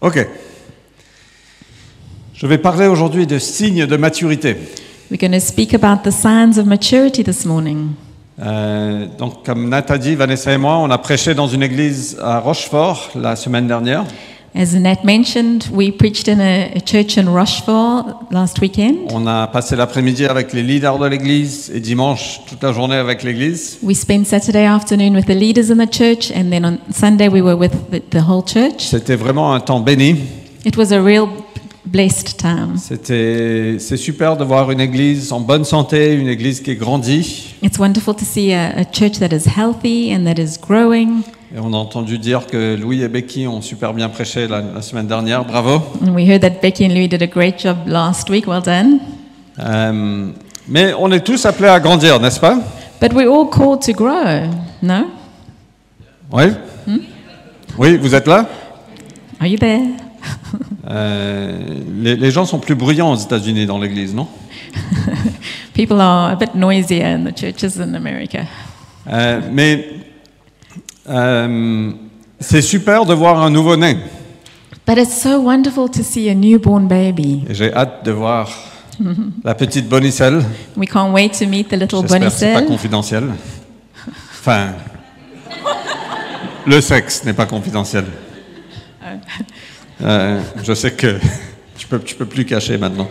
Ok. Je vais parler aujourd'hui de signes de maturité. We're going to speak about the signs of maturity this morning. Euh, donc, comme Nat a dit, Vanessa et moi, on a prêché dans une église à Rochefort la semaine dernière. As Annette mentioned, we preached in a, a church in Rochefort last weekend. On a passé l'après-midi avec les leaders de l'église et dimanche toute la journée avec l'église. We spent Saturday afternoon with the leaders in the church, and then on Sunday we were with the, the whole church. C'était vraiment un temps béni. It was a real blessed time. C'était, c'est super de voir une église en bonne santé, une église qui grandit. It's wonderful to see a, a church that is healthy and that is growing. Et on a entendu dire que Louis et Becky ont super bien prêché la, la semaine dernière. Bravo. And we heard that Becky and Louis did a great job last week. Well done. Euh, mais on est tous appelés à grandir, n'est-ce pas But we're all called to grow. No? Oui. Oui, vous êtes là Are you there? Euh, les, les gens sont plus bruyants aux États-Unis dans l'église, non People are a bit noisier in the churches in America. Euh, Mais euh, c'est super de voir un nouveau-né. But it's so wonderful to see a newborn baby. Et j'ai hâte de voir la petite Bonicelle. We can't wait to meet the little J'espère bunny que c'est pas cell. confidentiel. Enfin, le sexe n'est pas confidentiel. Euh, je sais que tu peux, tu peux plus cacher maintenant.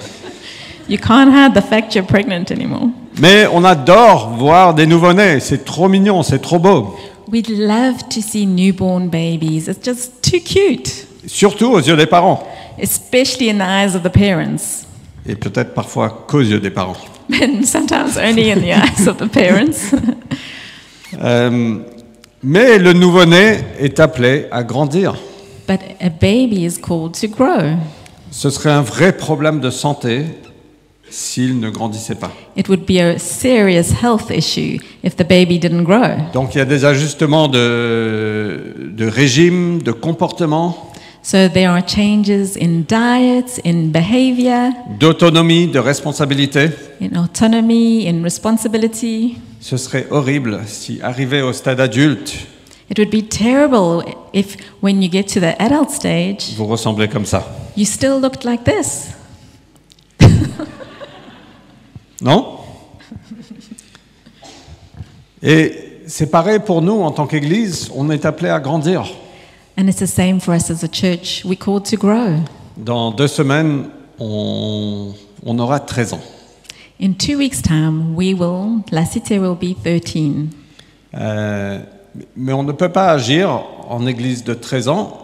You can't hide the fact you're pregnant anymore. Mais on adore voir des nouveau-nés. C'est trop mignon, c'est trop beau. We'd love to see newborn babies. It's just too cute, Surtout aux yeux des parents. especially in the eyes of the parents. Et peut-être parfois qu'aux yeux des parents. And sometimes only in the eyes of the parents. Euh, mais le nouveau-né est appelé à grandir. But a baby is called to grow. Ce serait un vrai problème de santé s'il ne grandissait pas. It would be a serious health issue if the baby didn't grow. Donc il y a des ajustements de, de régime, de comportement, So there are changes in diets, in behavior, d'autonomie, de responsabilité. in autonomy, in responsibility. Ce serait horrible si, arrivé au stade adulte, It would be terrible if, when you get to the adult stage, vous ressemblez comme ça. you still looked like this. Non Et c'est pareil pour nous en tant qu'Église, on est appelé à grandir. And it's the same for us as a church. We're called to grow. Dans deux semaines, on, on aura 13 ans. In two weeks' time, we will, La Cité will be 13. Euh, mais on ne peut pas agir en Église de 13 ans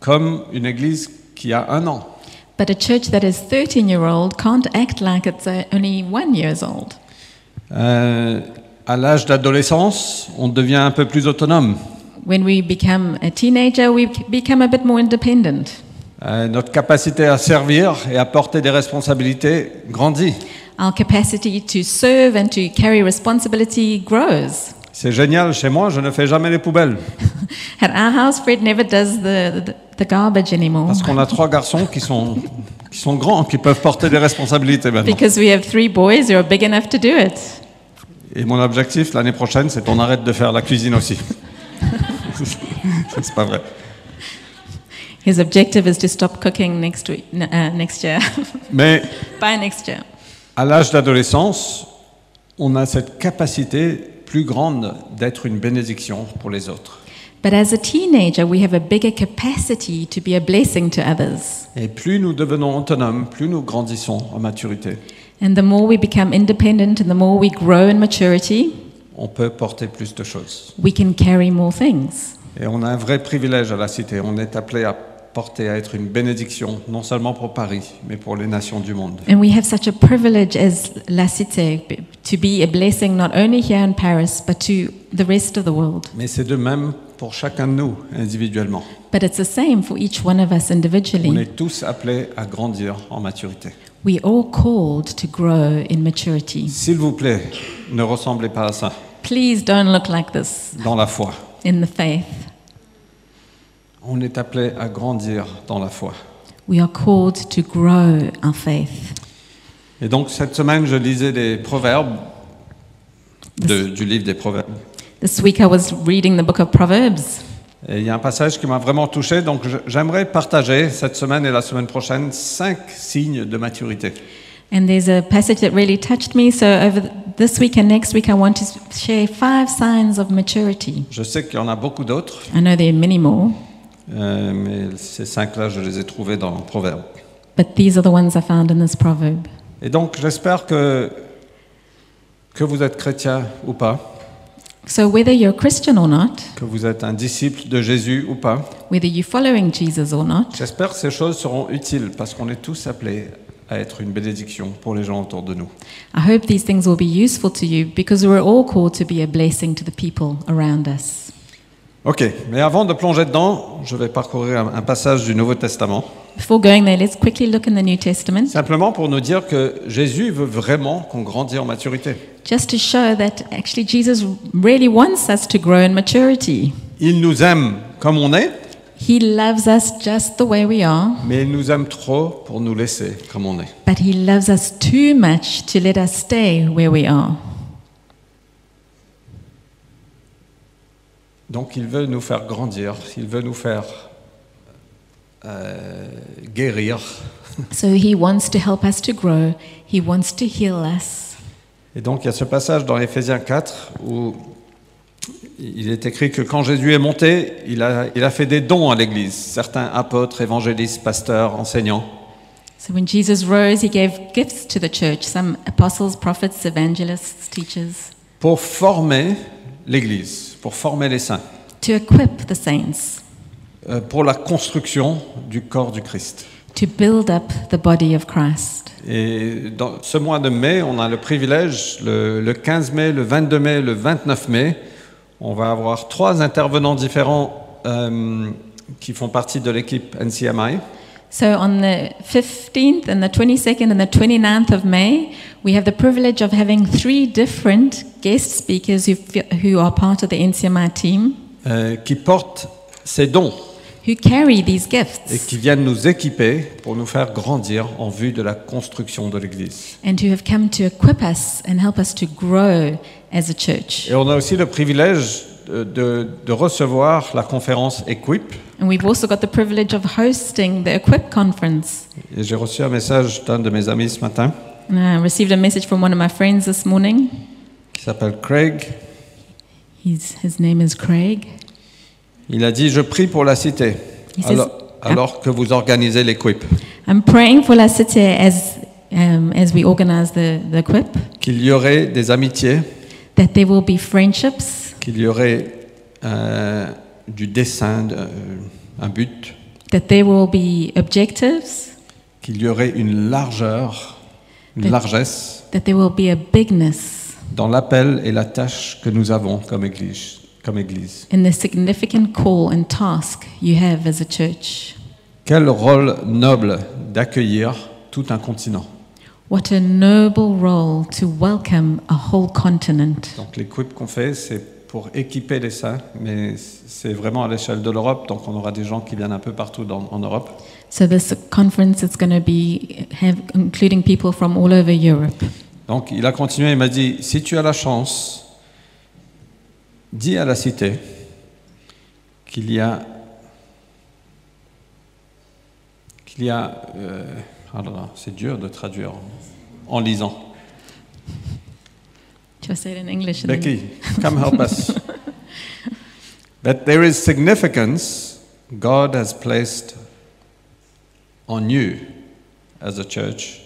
comme une Église qui a un an. But a church that is 13 year old can't act like it's uh, only one years old. Euh, à l'âge d'adolescence, on devient un peu plus autonome. When we become a teenager, we become a bit more independent. Euh, notre capacité à servir et à porter des responsabilités grandit. Our capacity to serve and to carry responsibility grows. C'est génial, chez moi, je ne fais jamais les poubelles. At our house, Fred never does the, the, the garbage anymore Parce qu'on a trois garçons qui sont, qui sont grands, qui peuvent porter des responsabilités maintenant. because we have three boys who are big enough to do it. Et mon objectif l'année prochaine, c'est qu'on arrête de faire la cuisine aussi. c'est pas vrai. His objective is to stop cooking next, week, n- uh, next year, Mais by next year. à l'âge d'adolescence, on a cette capacité plus grande d'être une bénédiction pour les autres. But as a teenager, we have a bigger capacity to be a blessing to others. Et plus nous devenons autonomes, plus nous grandissons en maturité, And the more we become independent and the more we grow in maturity, on peut porter plus de choses. we can carry more things. Et on a un vrai privilège à la cité. On est appelé à porter, à être une bénédiction, non seulement pour Paris, mais pour les nations du monde. And we have such a privilege as La Cité b- to be a blessing not only here in Paris, but to the rest of the world. Mais c'est de même pour chacun de nous, individuellement. But it's the same for each one of us On individually. est tous appelés à grandir en maturité. We're all called to grow in maturity. S'il vous plaît, ne ressemblez pas à ça Please don't look like this dans la foi. in the faith. On est appelé à grandir dans la foi. We are called to grow our faith. Et donc cette semaine, je lisais des proverbes de- du livre des proverbes. This week I was reading the book of Proverbs, Et il y a un passage qui m'a vraiment touché, donc je- j'aimerais partager cette semaine et la semaine prochaine cinq signes de maturité. And there's a passage that really touched me. So over th- this week and next week, I want to s- share five signs of maturity. Je sais qu'il y en a beaucoup d'autres, I know there are many more, euh, mais ces cinq-là, je les ai trouvés dans Proverbe. but these are the ones I found in this proverb. Et donc, j'espère que, que vous êtes chrétien ou pas, So whether you're a Christian or not, que vous êtes un disciple de Jésus ou pas, whether you're following Jesus or not, j'espère que ces choses seront utiles parce qu'on est tous appelés à être une bénédiction pour les gens autour de nous. I hope these things will be useful to you because we're all called to be a blessing to the people around us. Ok, mais avant de plonger dedans, je vais parcourir un- un passage du Nouveau Testament, Before going there, let's quickly look in the New Testament simplement pour nous dire que Jésus veut vraiment qu'on grandisse en maturité. just to show that actually Jesus really wants us to grow in maturity. Il nous aime comme on est, He loves us just the way we are, mais il nous aime trop pour nous laisser comme on est. but He loves us too much to let us stay where we are. Donc il veut nous faire grandir, il veut nous faire euh, guérir. So He wants to help us to grow, He wants to heal us. Et donc il y a ce passage dans Éphésiens 4 où il est écrit que quand Jésus est monté, il a, il a fait des dons à l'Église, certains apôtres, évangélistes, pasteurs, enseignants. So when Jesus rose, He gave gifts to the church some apostles, prophets, evangelists, teachers pour former l'Église, pour former les saints, to equip the saints, euh, pour la construction du corps du Christ. to build up the body of Christ. Et dans ce mois de mai, on a le privilège, le, le 15 mai, le 22 mai, le 29 mai, on va avoir trois intervenants différents euh, qui font partie de l'équipe NCMI. So on the 15th and the 22nd and the 29th of May, we have the privilege of having three different guest speakers who, who are part of the NCMI team euh, qui portent ces dons who carry these et gifts qui viennent nous équiper pour nous faire grandir en vue de la construction de l'Église. and who have come to equip us and help us to grow as a church. Et on a aussi le privilège de- de- de recevoir la conférence Equip, And we've also got the privilege of hosting the Equip conference. Et j'ai reçu un message d'un de mes amis ce matin And I received a message from one of my friends this morning. qui s'appelle Craig. He's, his name is Craig. Il a dit Je prie pour la cité Il s'est- alors, alors que vous organisez l'équipe. I'm praying for La City as, um, as we organize the, the Equip. Qu'il y aurait des amitiés, that there will be friendships, qu'il y aurait euh, du dessin, de- euh, un but, that there will be objectives, qu'il y aurait une largeur, une Peut- largesse that there will be a bigness dans l'appel et la tâche que nous avons comme église. Comme église. in the significant call and task you have as a church. Quel rôle noble d'accueillir tout un continent. What a noble role to welcome a whole continent. Donc l'équipe qu'on fait, c'est pour équiper les saints, mais c'est vraiment à l'échelle de l'Europe, donc on aura des gens qui viennent un peu partout dans- en Europe. So this conference is going to be have, including people from all over Europe. Donc il a continué, il m'a dit, si tu as la chance, dis à la cité qu'il y a... qu'il y a... euh, ah là là, c'est dur de traduire en lisant. Should I say it in English? and then- Becky, come help us. that there is significance God has placed on you as a church,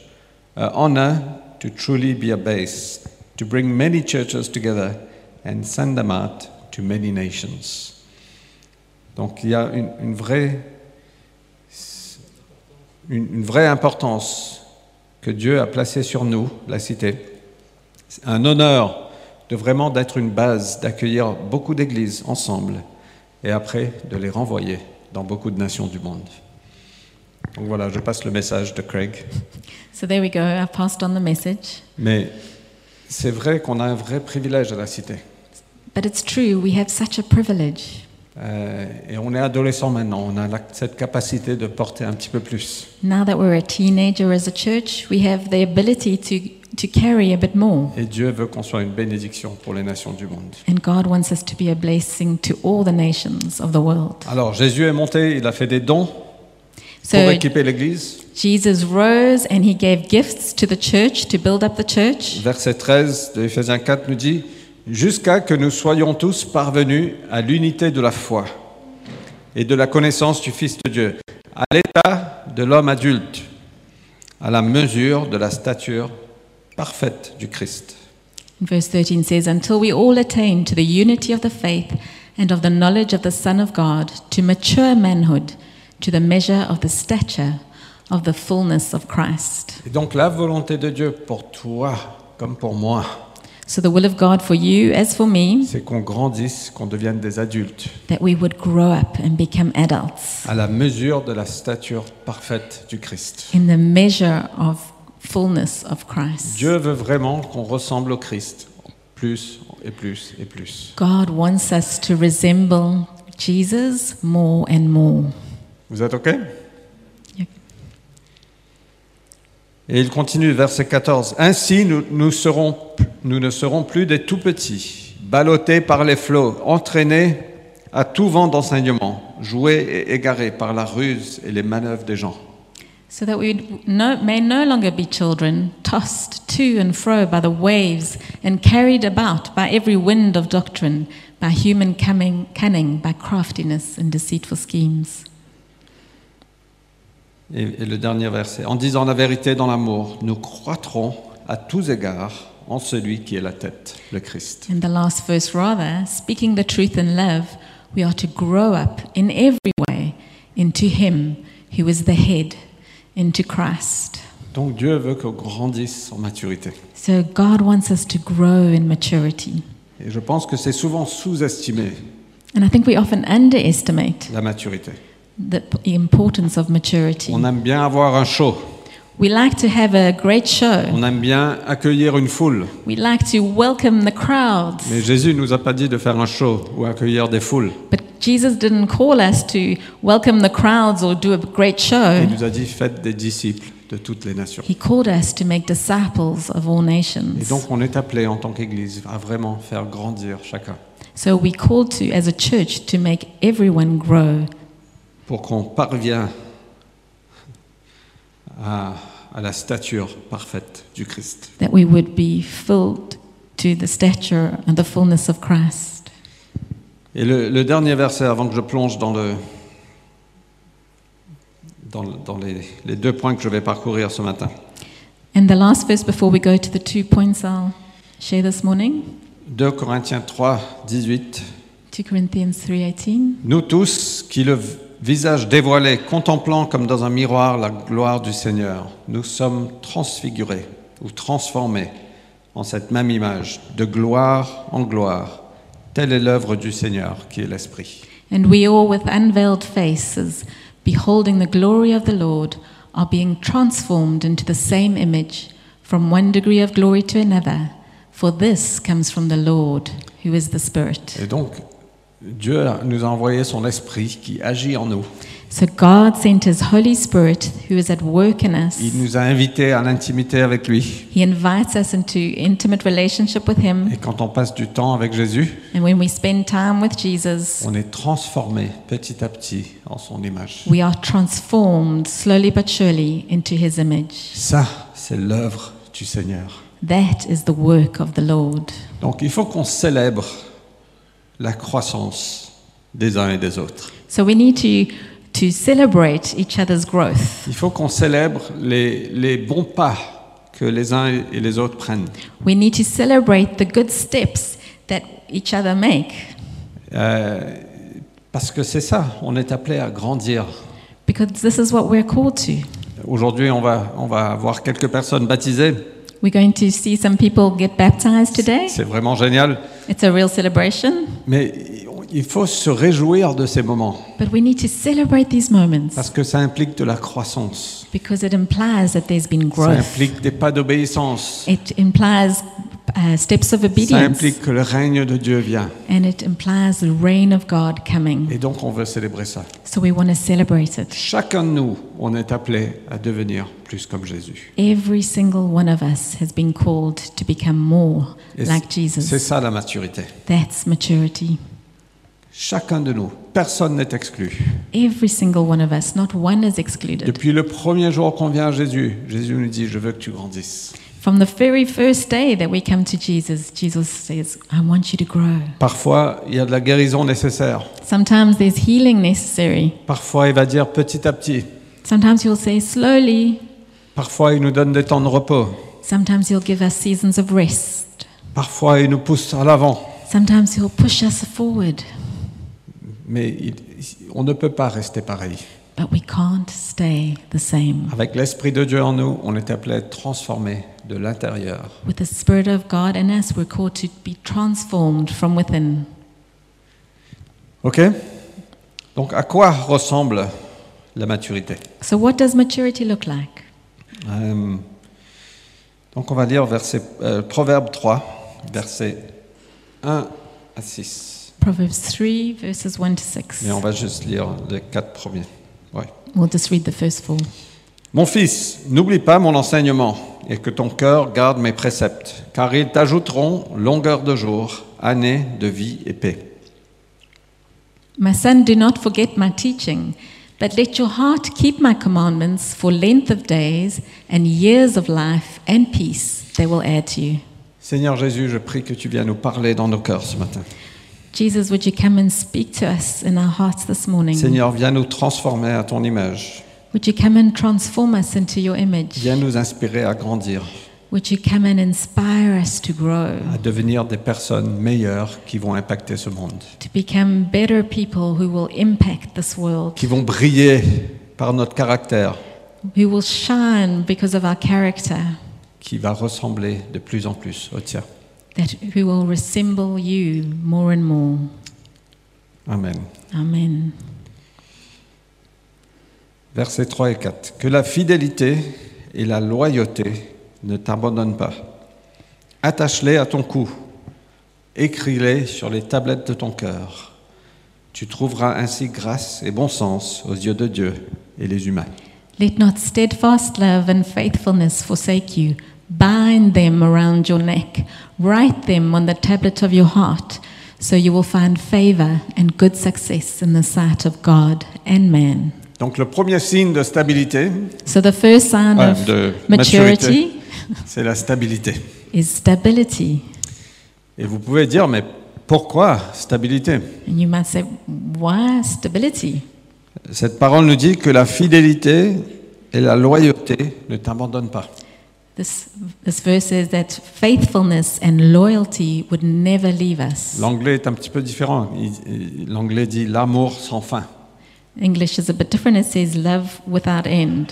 an honor to truly be a base, to bring many churches together and send them out to many nations. Donc il y a une, une vraie, une- une vraie importance que Dieu a placée sur nous, la cité. C'est un honneur de vraiment d'être une base, d'accueillir beaucoup d'églises ensemble et après de les renvoyer dans beaucoup de nations du monde. Donc voilà, je passe le message de Craig. So there we go. I've passed on the message. Mais c'est vrai qu'on a un vrai privilège à la cité. But it's true, we have such a privilege. Euh, et on est adolescent maintenant, on a la- cette capacité de porter un petit peu plus. Now that we're a teenager as a church, we have the ability to to carry a bit more. Et Dieu veut qu'on soit une bénédiction pour les nations du monde. And God wants us to be a blessing to all the nations of the world. Alors Jésus est monté, il a fait des dons pour So équiper l'Église. Jesus rose and he gave gifts to the church to build up the church. Verset 13 de Éphésiens 4 nous dit, Jusqu'à que nous soyons tous parvenus à l'unité de la foi et de la connaissance du Fils de Dieu, à l'état de l'homme adulte, à la mesure de la stature parfaite du Christ. And verse 13 says, Until we all attain to the unity of the faith and of the knowledge of the Son of God, to mature manhood, to the measure of the stature of the fullness of Christ. Et donc la volonté de Dieu pour toi comme pour moi, So the will of God for you, as for me, c'est qu'on grandisse, qu'on devienne des adultes, that we would grow up and become adults à la mesure de la stature parfaite du Christ. in the measure of fullness of Christ. Dieu veut vraiment qu'on ressemble au Christ plus et plus et plus. God wants us to resemble Jesus more and more. Vous êtes OK Et il continue, verset 14. Ainsi, nous, nous serons, nous ne serons plus des tout petits, ballottés par les flots, entraînés à tout vent d'enseignement, joués et égarés par la ruse et les manœuvres des gens. so that we no, may no longer be children, tossed to and fro by the waves and carried about by every wind of doctrine, by human cunning, cunning by craftiness and deceitful schemes. Et, et le dernier verset. En disant la vérité dans l'amour, nous croîtrons à tous égards en celui qui est la tête, le Christ. And the last verse, rather, speaking the truth in love, we are to grow up in every way into Him who is the head, into Christ. Donc Dieu veut qu'on grandisse en maturité. So God wants us to grow in maturity. Et je pense que c'est souvent sous-estimé, And I think we often underestimate la maturité. the p- importance of maturity. On aime bien avoir un show. We like to have a great show. On aime bien accueillir une foule, We like to welcome the crowds. mais Jésus nous a pas dit de faire un show ou accueillir des foules. But Jesus didn't call us to welcome the crowds or do a great Il show. nous a dit faites des disciples de toutes les nations. He called us to make disciples of all Et nations. donc on est appelé en tant qu'Église à vraiment faire grandir chacun So we called to, as a church, to make everyone grow pour qu'on parvienne à, à la stature parfaite du Christ. that we would be filled to the stature and the fullness of Christ. Et le, le dernier verset avant que je plonge dans le dans, le- dans les, les deux points que je vais parcourir ce matin. And the last verse before we go to the two points I'll share this morning, 2 Corinthiens 3, 18. 2 Corinthians 3:18. Nous tous, qui le visage dévoilé, contemplant comme dans un miroir la gloire du Seigneur, nous sommes transfigurés ou transformés en cette même image, de gloire en gloire. Telle est l'œuvre du Seigneur qui est l'Esprit. And we all, with unveiled faces, beholding the glory of the Lord, are being transformed into the same image, from one degree of glory to another. For this comes from the Lord, who is the Spirit. Et donc, Dieu nous a envoyé son Esprit qui agit en nous. So God sent His Holy Spirit, who is at work in us. Il nous a invités à l'intimité avec lui. He invites us into intimate relationship with Et Him. quand on passe du temps avec Jésus, And when we spend time with Jesus, on est transformé petit à petit en son image. we are transformed slowly but surely into His image. Ça, c'est l'œuvre du Seigneur. That is the work of the Lord. Donc il faut qu'on célèbre la croissance des uns et des autres. So we need to, to celebrate each other's growth. Il faut qu'on célèbre les, les bons pas que les uns et les autres prennent. We need to celebrate the good steps that each other make Euh, parce que c'est ça, on est appelé à grandir. because this is what we're called to. Aujourd'hui, on va, on va avoir quelques personnes baptisées. We're going to see some people get baptized today. C'est vraiment génial. It's a real celebration, Mais il faut se réjouir de ces moments but we need to celebrate these moments parce que ça implique de la croissance. because it implies that there's been Ça growth. implique des pas d'obéissance. It implies uh, steps of Ça obedience. implique que le règne de Dieu vient. And it implies the reign of God coming. Et donc on veut célébrer ça. So we want to celebrate it. Chacun de nous, on est appelé à devenir plus comme Jésus. Every single one of us has been called to become more Et like c'est c'est Jesus. ça la maturité. That's maturity. Chacun de nous, personne n'est exclu. Every single one of us, not one is excluded. Depuis le premier jour qu'on vient à Jésus, Jésus nous dit, je veux que tu grandisses. From the very first day that we come to Jesus, Jesus says, I want you to grow. Parfois, il y a de la guérison nécessaire. Sometimes there's healing necessary. Parfois, il va dire petit à petit. Sometimes he'll say slowly. Parfois, il nous donne des temps de repos. Sometimes he'll give us seasons of rest. Parfois, il nous pousse à l'avant. Sometimes he'll push us forward. Mais il- on ne peut pas rester pareil. But we can't stay the same. Avec l'Esprit de Dieu en nous, on est appelé à être transformé de l'intérieur. With the Spirit of God in us, we're called to be transformed from within. Ok Donc, à quoi ressemble la maturité So, what does maturity look like? Euh, Donc, on va lire verset, euh, Proverbe 3, versets 1 à 6. Proverbs 3, verses 1 to 6. Mais on va juste lire les quatre premiers. Ouais. We'll just read the first four. Mon fils, n'oublie pas mon enseignement et que ton cœur garde mes préceptes, car ils t'ajouteront longueur de jour, année de vie et paix. My son, do not forget my teaching, but let your heart keep my commandments for length of days and years of life and peace they will add to you. Seigneur Jésus, je prie que tu viennes nous parler dans nos cœurs ce matin. Jesus, would you come and speak to us in our hearts this morning? Seigneur, viens nous transformer à ton image. Would you come and transform us into your image? Viens nous inspirer à grandir, Would you come and inspire us to grow, à devenir des personnes meilleures qui vont impacter ce monde, to become better people who will impact this world, qui vont briller par notre caractère, who will shine because of our character, qui va ressembler de plus en plus au tien. that who will resemble you more and more? Amen. Amen. Versets 3 et 4. Que la fidélité et la loyauté ne t'abandonnent pas. Attache-les à ton cou. Écris-les sur les tablettes de ton cœur. Tu trouveras ainsi grâce et bon sens aux yeux de Dieu et les humains. Let not steadfast love and faithfulness forsake you. Bind them around your neck. Write them on the tablet of your heart, so you will find favor and good success in the sight of God and man. Donc le premier signe de stabilité, So the first sign Ah, of de maturity c'est la stabilité. is stability. Et vous pouvez dire, mais pourquoi stabilité And you might say, why stability? Cette parole nous dit que la fidélité et la loyauté ne t'abandonnent pas. This, this verse says that faithfulness and loyalty would never leave us. L'anglais est un petit peu différent. Il- il- L'anglais dit l'amour sans fin. English is a bit different. It says love without end.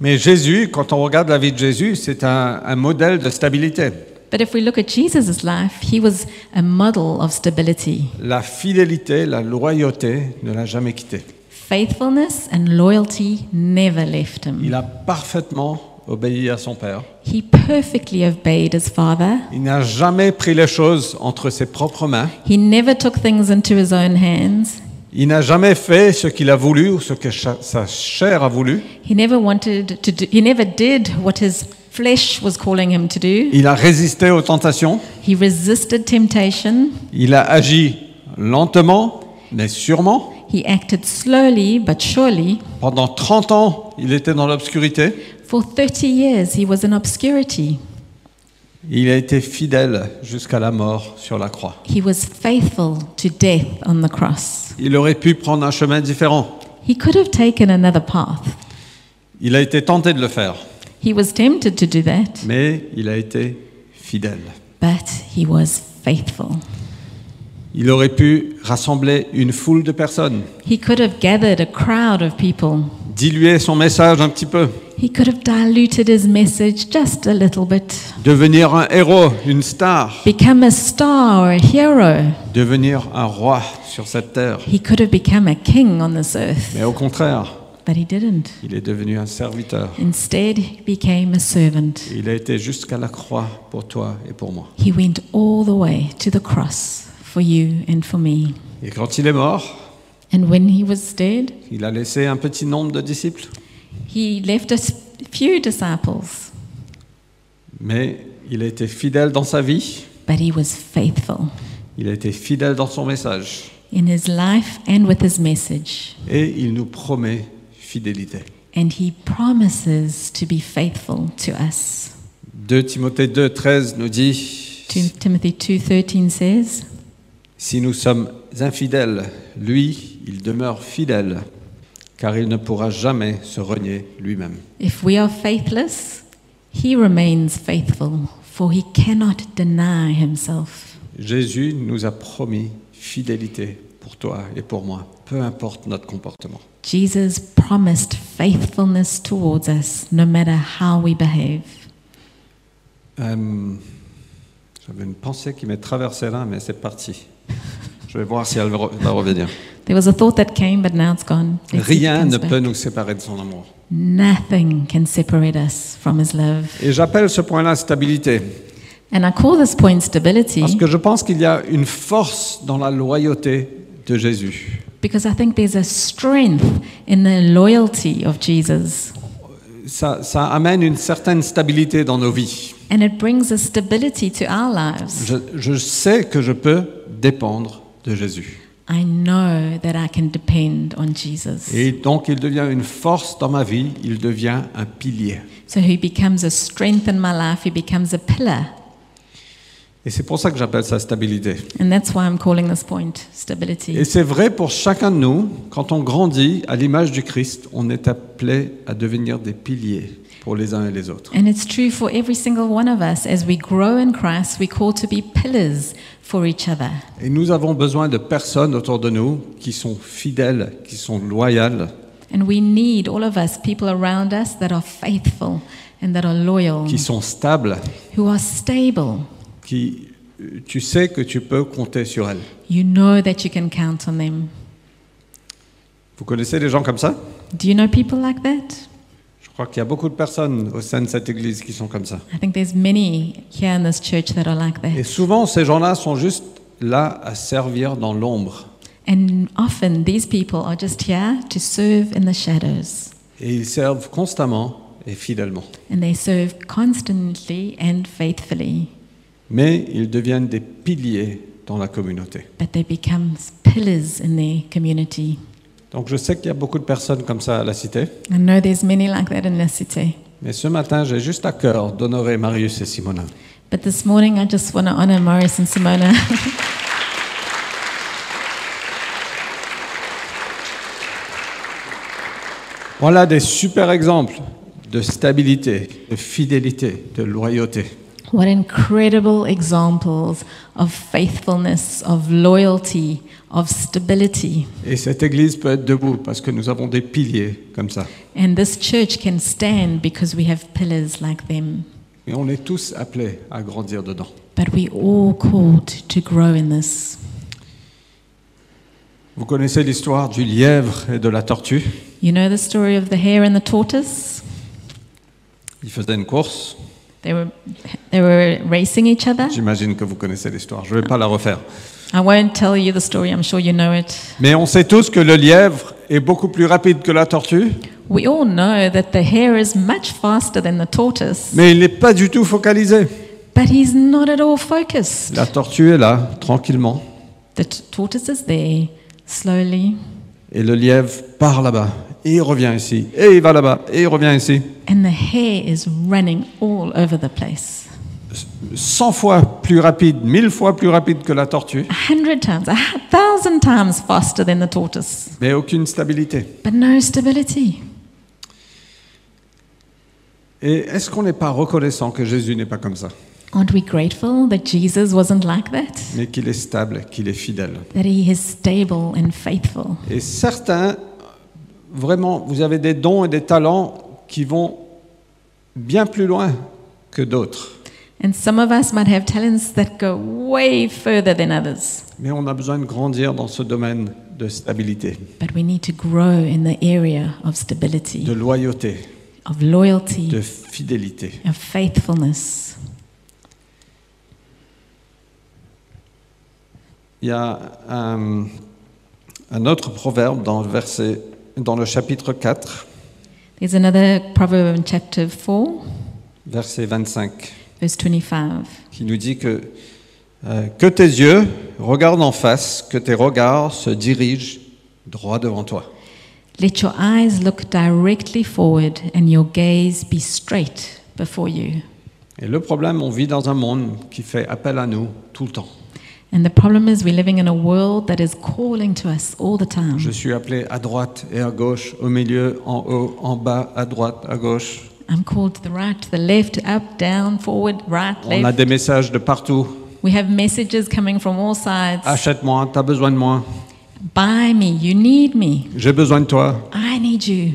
Mais Jésus, quand on regarde la vie de Jésus, c'est un, un modèle de stabilité. But if we look at Jesus' life, he was a model of stability. La fidélité, la loyauté ne l'a jamais quitté. Faithfulness and loyalty never left him. Il a parfaitement obéi à son Père. He perfectly obeyed his father. Il n'a jamais pris les choses entre ses propres mains. He never took things into his own hands. Il n'a jamais fait ce qu'il a voulu ou ce que cha- sa chair a voulu. He never wanted to do, he never did what his flesh was calling him to do. Il a résisté aux tentations. He resisted temptation. Il a agi lentement, mais sûrement. He acted slowly but surely. Pendant 30 ans, il était dans l'obscurité. For 30 years he was in obscurity. Il a été fidèle jusqu'à la mort sur la croix. He was faithful to death on the cross. Il aurait pu prendre un chemin différent. He could have taken another path. Il a été tenté de le faire, He was tempted to do that, mais il a été fidèle. but he was faithful. Il aurait pu rassembler une foule de personnes, He could have gathered a crowd of people. diluer son message un petit peu, He could have diluted his message just a little bit, devenir un héros, une star, become a star or a hero. devenir un roi sur cette terre. He could have become a king on this earth. Mais au contraire, but he didn't. Il est devenu un serviteur. Instead, he became a servant. Il a été jusqu'à la croix pour toi et pour moi. He went all the way to the cross for you and for me. Et quand il est mort, And when he was dead, il a laissé un petit nombre de disciples, he left us few disciples, mais il a été fidèle dans sa vie, but he was faithful il a été fidèle dans son message, in his life and with his message. et il nous promet fidélité. And he promises to be faithful to us. 2 Timothée 2, 13 nous dit, 2 Timothy 2:13 says, Si nous sommes infidèles, lui, il demeure fidèle, car il ne pourra jamais se renier lui-même. If we are faithless, he remains faithful, for he cannot deny himself. Jésus nous a promis fidélité pour toi et pour moi, peu importe notre comportement. Jesus promised faithfulness towards us no matter how we behave. Euh, J'avais une pensée qui m'est traversée là, mais c'est parti. Je vais voir si elle re- va revenir. There was a thought that came, but now it's gone. Let's see if it Rien comes ne back. peut nous séparer de son amour. Nothing can separate us from his love. Et j'appelle ce point-là stabilité, And I call this point stability parce que je pense qu'il y a une force dans la loyauté de Jésus. because I think there's a strength in the loyalty of Jesus. Ça, ça amène une certaine stabilité dans nos vies. And it brings a stability to our lives. Je, je sais que je peux dépendre de Jésus. I know that I can depend on Jesus. Et donc il devient une force dans ma vie, il devient un pilier. So he becomes a strength in my life, he becomes a pillar. Et c'est pour ça que j'appelle ça stabilité. And that's why I'm calling this point stability. Et c'est vrai pour chacun de nous, quand on grandit à l'image du Christ, on est appelé à devenir des piliers pour les uns et les autres. And it's true for every single one of us. As we grow in Christ, we call to be pillars for each other. Et nous avons besoin de personnes autour de nous qui sont fidèles, qui sont loyales, And we need all of us, people around us that are faithful and that are loyal, qui sont stables, who are stable. qui euh, tu sais que tu peux compter sur elles. You know that you can count on them. Vous connaissez des gens comme ça Do you know people like that? Je crois qu'il y a beaucoup de personnes au sein de cette église qui sont comme ça. I think there's many here in this church that are like Et that. souvent, ces gens-là sont juste là à servir dans l'ombre. And often these people are just here to serve in the shadows. Et ils servent constamment et fidèlement. And they serve constantly and faithfully, Mais ils deviennent des piliers dans la communauté. but they become pillars in their community. Donc je sais qu'il y a beaucoup de personnes comme ça à la cité. I know there's many like that in La Cité. Mais ce matin, j'ai juste à cœur d'honorer Marius et Simonin. But this morning, I just want to honor Maurice and Simona. Voilà des super exemples de stabilité, de fidélité, de loyauté. what incredible examples of faithfulness, of loyalty, of stability. Et cette église peut être debout parce que nous avons des piliers comme ça. And this church can stand because we have pillars like them. Et on est tous appelés à grandir dedans. But we all called to grow in this. Vous connaissez l'histoire du lièvre et de la tortue. You know the story of the hare and the tortoise? Ils faisaient une course. They were, they were racing each other. J'imagine que vous connaissez l'histoire. Je ne vais pas la refaire. I won't tell you the story, I'm sure you know it. Mais on sait tous que le lièvre est beaucoup plus rapide que la tortue, We all know that the hare is much faster than the tortoise, mais il n'est pas du tout focalisé. but he's not at all focused. La tortue est là, tranquillement, The t- tortoise is there, slowly, et le lièvre part là-bas, et il revient ici, et il va là-bas, et il revient ici. and the hare is running all over the place. 100 fois plus rapide, 1000 fois plus rapide que la tortue, A hundred times, a hu- thousand times faster than the tortoise, mais aucune stabilité. but no stability. Et est-ce qu'on n'est pas reconnaissant que Jésus n'est pas comme ça, Aren't we grateful that Jesus wasn't like that? mais qu'il est stable, qu'il est fidèle That he is stable and faithful. Et certains, vraiment, vous avez des dons et des talents qui vont bien plus loin que d'autres. And some of us might have talents that go way further than others. Mais on a besoin de grandir dans ce domaine de stabilité, But we need to grow in the area of stability, de loyauté, of loyalty, de fidélité. of faithfulness. Il y a un, un autre proverbe dans le, verset, dans le chapitre 4, There's another proverb in chapter 4, verset 25, verse 25. qui nous dit que euh, que tes yeux regardent en face, que tes regards se dirigent droit devant toi. Let your eyes look directly forward and your gaze be straight before you. Et le problème, on vit dans un monde qui fait appel à nous tout le temps. And the problem is, we're living in a world that is calling to us all the time. Je suis appelé à droite et à gauche, au milieu, en haut, en bas, à droite, à gauche. I'm called to the right, to the left, up, down, forward, right, On a left. des messages de partout. We have messages coming from all sides. Achète-moi, t'as besoin de moi, Buy me, you need me, j'ai besoin de toi. I need you.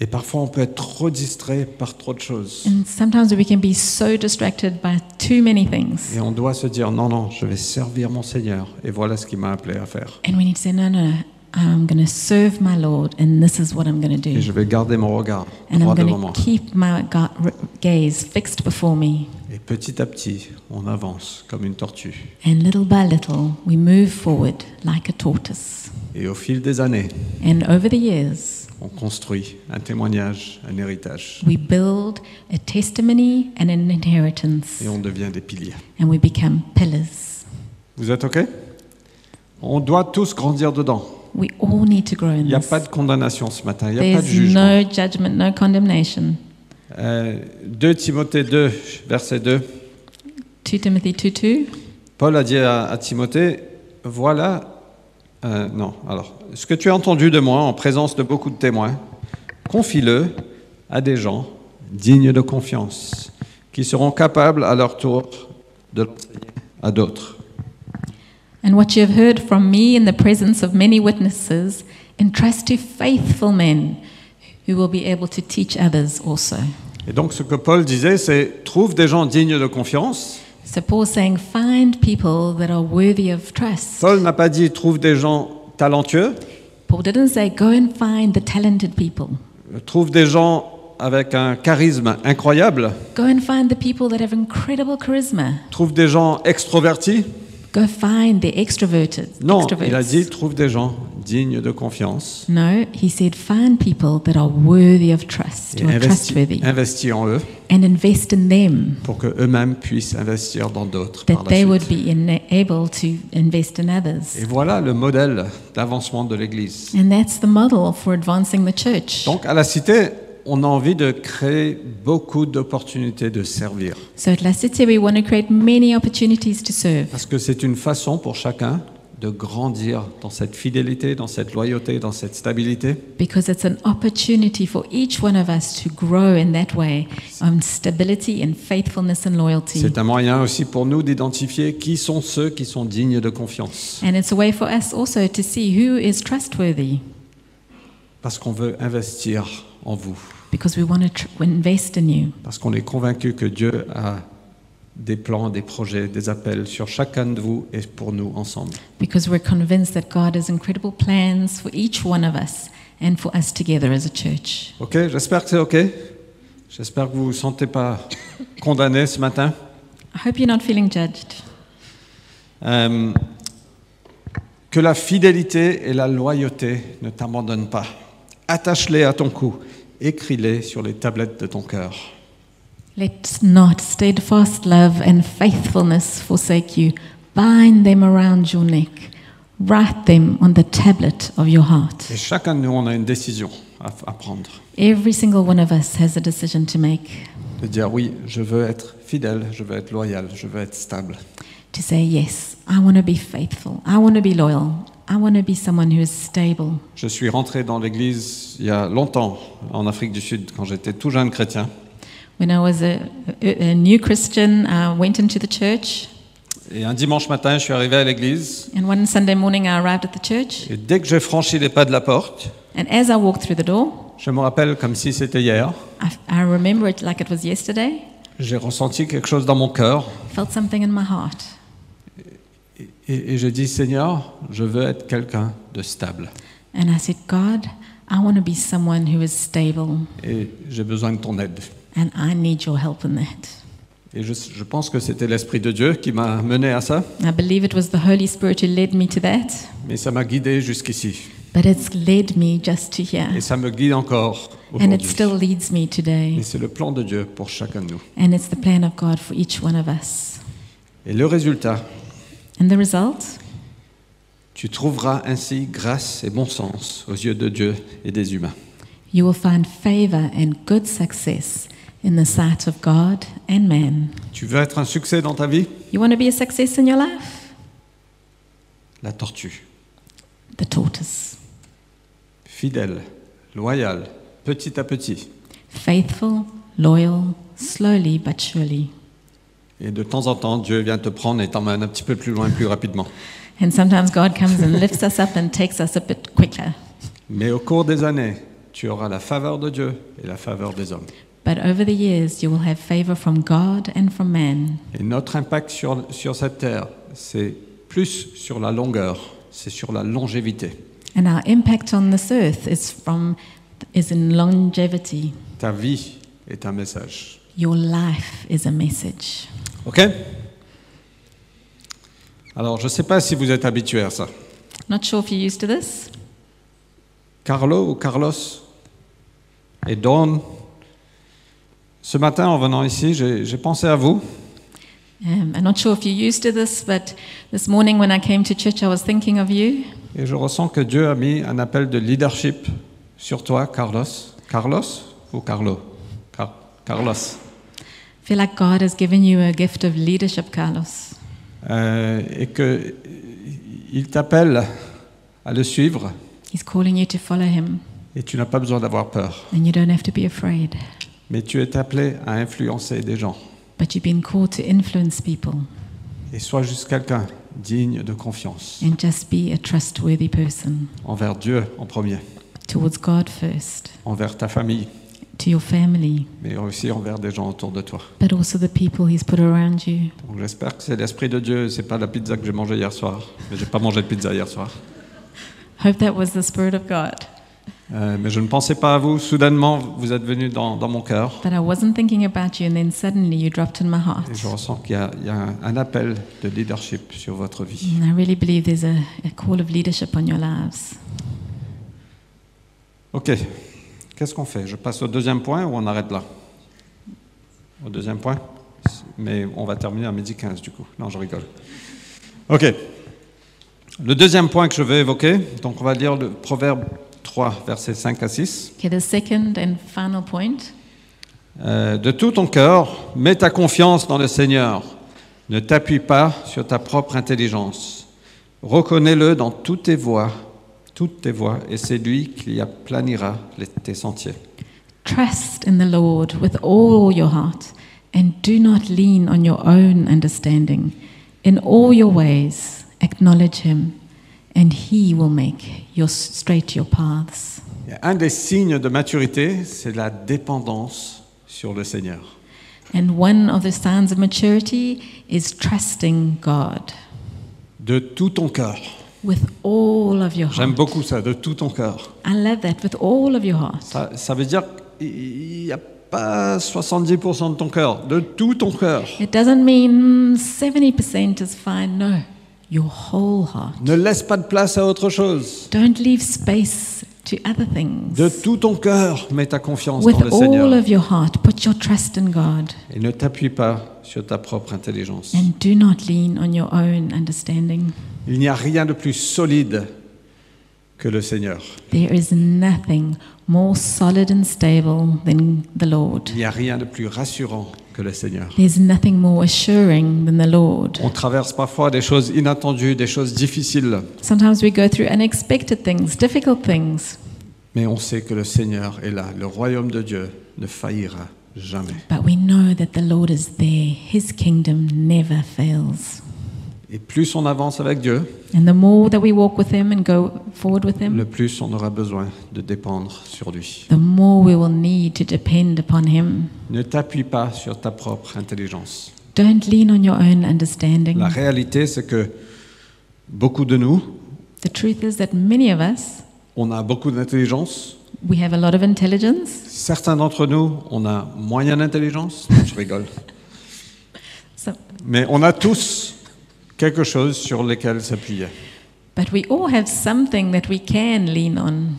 Et parfois, on peut être trop distrait par trop de choses. And sometimes we can be so distracted by too many things. Et on doit se dire, non, non, je vais servir mon Seigneur. Et voilà ce qu'il m'a appelé à faire. And we need to say, no, no, I'm going to serve my Lord, and this is what I'm going to Et do. je vais garder mon regard And droit I'm devant going moi. to keep my ga- r- gaze fixed before me. Et petit à petit, on avance comme une tortue. And little by little, we move forward like a tortoise. Et au fil des années, And over the years, on construit un témoignage, un héritage. we build a testimony and an inheritance, Et on devient des piliers. and we become pillars. Vous êtes OK On doit tous grandir dedans. We all need to grow in Il n'y a this. pas de condamnation ce matin, il n'y a pas de There's jugement. no judgment, no condemnation. Euh, 2 Timothée 2, verset 2, 2 Timothy 2 2. Paul a dit à, à Timothée, voilà, euh, non, alors, ce que tu as entendu de moi en présence de beaucoup de témoins, confie-le à des gens dignes de confiance, qui seront capables à leur tour de l'enseigner à d'autres. And what you have heard from me in the presence of many witnesses, entrust to faithful men who will be able to teach others also. Et donc ce que Paul disait, c'est trouve des gens dignes de confiance. So Paul's saying, find people that are worthy of trust. Paul n'a pas dit trouve des gens talentueux, Paul didn't say, go and find the talented people. trouve des gens avec un charisme incroyable, Go and find the people that have incredible charisma. trouve des gens extrovertis. Go find the extroverted. Non, extroverts. il a dit trouve des gens dignes de confiance No, he said, find people that are worthy of trust, et who are investis, trustworthy, investis en eux and invest in them pour que eux-mêmes puissent investir dans d'autres par la that they would suite. be in, able to invest in others. Et voilà le modèle d'avancement de l'Église. And that's the model for advancing the church. Donc à la cité, on a envie de créer beaucoup d'opportunités de servir So at La Cité, we want to create many opportunities to serve parce que c'est une façon pour chacun de grandir dans cette fidélité, dans cette loyauté, dans cette stabilité. because it's an opportunity for each one of us to grow in that way on stability and faithfulness and loyalty. C'est un moyen aussi pour nous d'identifier qui sont ceux qui sont dignes de confiance. And it's a way for us also to see who is trustworthy Parce qu'on veut investir en vous. because we want to tr- invest in you Parce qu'on est convaincu que Dieu a des plans, des projets, des appels sur chacun de vous et pour nous ensemble. because we're convinced that God has incredible plans for each one of us and for us together as a church. Ok J'espère que c'est ok. J'espère que vous ne vous sentez pas condamné ce matin. I hope you're not feeling judged. Euh, que la fidélité et la loyauté ne t'abandonnent pas. Attache-les à ton cou. Écris-les sur les tablettes de ton cœur. Let not steadfast love and faithfulness forsake you. Bind them around your neck. Write them on the tablet of your heart. Et chacun de nous, on a une décision à, à prendre. Every single one of us has a decision to make De dire oui, je veux être fidèle, je veux être loyal, je veux être stable. to say, Yes, I want to be faithful. I want to be loyal. I want to be someone who is stable. Je suis rentré dans l'église il y a longtemps en Afrique du Sud quand j'étais tout jeune chrétien When I was a, a, a new Christian, I went into the church, et un dimanche matin je suis arrivé à l'église and one Sunday morning I arrived at the church. et dès que j'ai franchi les pas de la porte, And as I walked through the door, je me rappelle comme si c'était hier, I, I remember it like it was yesterday. j'ai ressenti quelque chose dans mon cœur I felt something in my heart. et- Et, et je dis, Seigneur, je veux être quelqu'un de stable. And I said, God, I want to be someone who is stable, Et j'ai besoin de ton aide. and I need your help in that. Et je, je pense que c'était l'Esprit de Dieu qui m'a mené à ça, I believe it was the Holy Spirit who led me to that, mais ça m'a guidé jusqu'ici. but it's led me just to Et here. ça me guide encore And it aujourd'hui. still leads me Et today. c'est le plan de Dieu pour chacun de nous. And it's the plan of God for each one of us. Et le résultat, And the result? tu trouveras ainsi grâce et bon sens aux yeux de Dieu et des humains. You will find favor and good success in the sight of God and man. Tu veux être un succès dans ta vie You want to be a success in your life? La tortue. The tortoise. Fidèle, loyale, petit à petit. Faithful, loyal, slowly but surely. Et de temps en temps, Dieu vient te prendre et t'emmène un petit peu plus loin, plus rapidement. And sometimes God comes and lifts us up and takes us a bit quicker. Mais au cours des années, tu auras la faveur de Dieu et la faveur des hommes. But over the years, you will have favor from God and from man. Et notre impact sur, sur cette terre, c'est plus sur la longueur, c'est sur la longévité. And our impact on this earth is from is in longevity. Ta vie est un message. Your life is a message. OK Alors, je ne sais pas si vous êtes habitué à ça. Not sure if you're used to this. Carlo ou Carlos et Dawn, ce matin en venant ici, j'ai j'ai pensé à vous. Um, I'm not sure if you're used to this, but this morning when I came to church, I was thinking of you, Et je ressens que Dieu a mis un appel de leadership sur toi, Carlos. Carlos ou Carlo Car- Carlos. I feel like God has given you a gift of leadership, Carlos, Euh, et que il t'appelle à le suivre He's calling you to follow Him, et tu n'as pas besoin d'avoir peur. and you don't have to be afraid. Mais tu es appelé à influencer des gens. But you've been called to influence people Et sois juste quelqu'un digne de confiance and just be a trustworthy person envers Dieu en premier, towards God first, envers ta famille, to your family, mais aussi envers des gens autour de toi. but also the people He's put around you. Donc j'espère que c'est l'esprit de Dieu, c'est pas la pizza que j'ai mangée hier soir. Mais j'ai pas mangé de pizza hier soir. Hope that was the Spirit of God. Euh, mais je ne pensais pas à vous. Soudainement, vous êtes venu dans, dans mon cœur. That I wasn't thinking about you, and then suddenly you dropped in my heart. Et je ressens qu'il y a, il y a un, un appel de leadership sur votre vie. And I really believe there's a, a call of leadership on your lives. Ok. Qu'est-ce qu'on fait Je passe au deuxième point ou on arrête là Au deuxième point Mais on va terminer à midi 15 du coup. Non, je rigole. Ok. Le deuxième point que je vais évoquer, donc on va lire le Proverbe 3, versets 5 à 6. Okay, the second and final point Euh, de tout ton cœur, mets ta confiance dans le Seigneur. Ne t'appuie pas sur ta propre intelligence. Reconnais-le dans toutes tes voies, toutes tes voies, et c'est lui qui aplanira les- tes sentiers. trust in the Lord with all your heart, and do not lean on your own understanding. In all your ways, acknowledge him, and he will make your, straight your paths. Et un des signes de maturité, c'est la dépendance sur le Seigneur. And one of the signs of maturity is trusting God De tout ton cœur. with all of your heart. J'aime beaucoup ça, de tout ton cœur. I love that, with all of your heart. Ça, ça veut dire qu'il n'y a pas 70% de ton cœur, de tout ton cœur. It doesn't mean mm, 70% is fine. No, your whole heart. Ne laisse pas de place à autre chose. Don't leave space to other things. De tout ton cœur, mets ta confiance dans le With all Seigneur. of your heart, put your trust in God Et ne t'appuie pas sur ta propre intelligence. and do not lean on your own understanding. Il n'y a rien de plus solide que le Seigneur. There is nothing more solid and stable than the Lord. Il n'y a rien de plus rassurant que le Seigneur. There's nothing more assuring than the Lord. On traverse parfois des choses inattendues, des choses difficiles, Sometimes we go through unexpected things, difficult things, mais on sait que le Seigneur est là. Le royaume de Dieu ne faillira jamais. but we know that the Lord is there. His kingdom never fails. Et plus on avance avec Dieu, And the more that we walk with Him and go forward with Him, le plus on aura besoin de dépendre sur lui. the more we will need to depend upon Him. Ne t'appuie pas sur ta propre intelligence. Don't lean on your own understanding. La réalité, c'est que Beaucoup de nous, The truth is that many of us, on a beaucoup d'intelligence. we have a lot of intelligence. Certains d'entre nous, on a moyen d'intelligence. Non, Je rigole. So, Mais on a tous quelque chose sur lequel s'appuyer. but we all have something that we can lean on,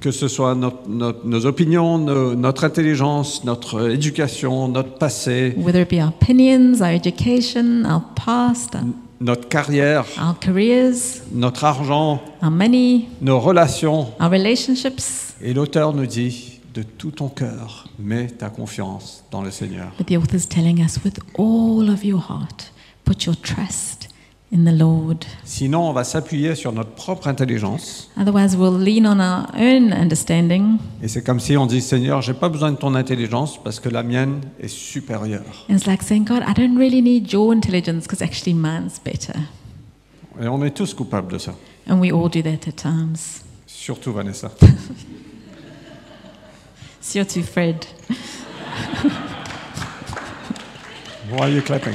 Que ce soit notre- notre- nos opinions, nos- notre intelligence, notre éducation, notre passé, whether it be our opinions, our education, our past, our, notre carrière, our careers, notre argent, our money, nos relations. our relationships. Et l'auteur nous dit, de tout ton cœur, mets ta confiance dans le Seigneur. But the author is telling us with all of your heart, put your trust in the Lord. Sinon, on va s'appuyer sur notre propre intelligence. Otherwise, we'll lean on our own understanding. Et c'est comme si on dit, Seigneur, j'ai pas besoin de ton intelligence parce que la mienne est supérieure. And it's like saying, God, I don't really need your intelligence because actually mine's better. Et on est tous coupables de ça. And we all do that at times. Surtout Vanessa. So you're too Fred. Why are you clapping?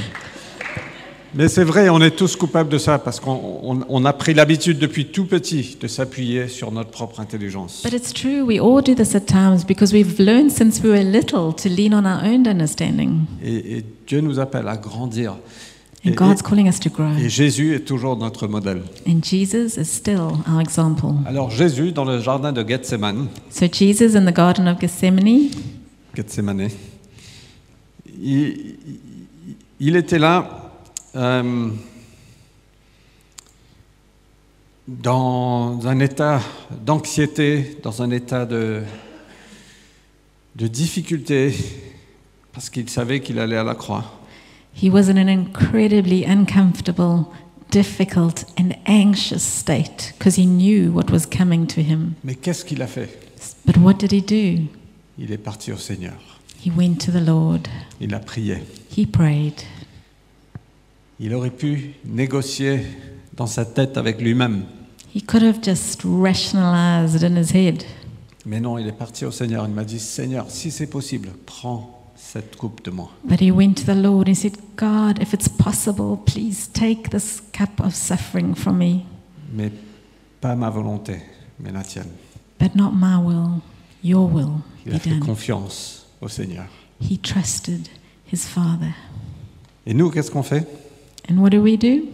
Mais c'est vrai, on est tous coupables de ça parce qu'on on- on a pris l'habitude depuis tout petit de s'appuyer sur notre propre intelligence. But it's true, we all do this at times because we've learned since we were little to lean on our own understanding. Et, et Dieu nous appelle à grandir. Et, And God's et- calling us to grow. et Jésus est toujours notre modèle. And Jesus is still our example. Alors Jésus, dans le jardin de Gethsemane, So Jesus in the Garden of Gethsemane, Gethsemane. Il, il était là euh, dans un état d'anxiété, dans un état de, de difficulté, parce qu'il savait qu'il allait à la croix. he was in an incredibly uncomfortable, difficult, and anxious state because he knew what was coming to him. Mais qu'est-ce qu'il a fait But what did he do? Il est parti au Seigneur. He went to the Lord. Il a prié. He prayed. Il aurait pu négocier dans sa tête avec lui-même. He could have just rationalized in his head. Mais non, il est parti au Seigneur. Il m'a dit, Seigneur, si c'est possible, prends cette coupe de moi. But he went to the Lord and said, God, if it's possible, please take this cup of suffering from me. Mais pas ma volonté, mais la tienne. But not my will, your will Il a be fait done. confiance au Seigneur. He trusted his Father. Et nous, qu'est-ce qu'on fait And what do we do?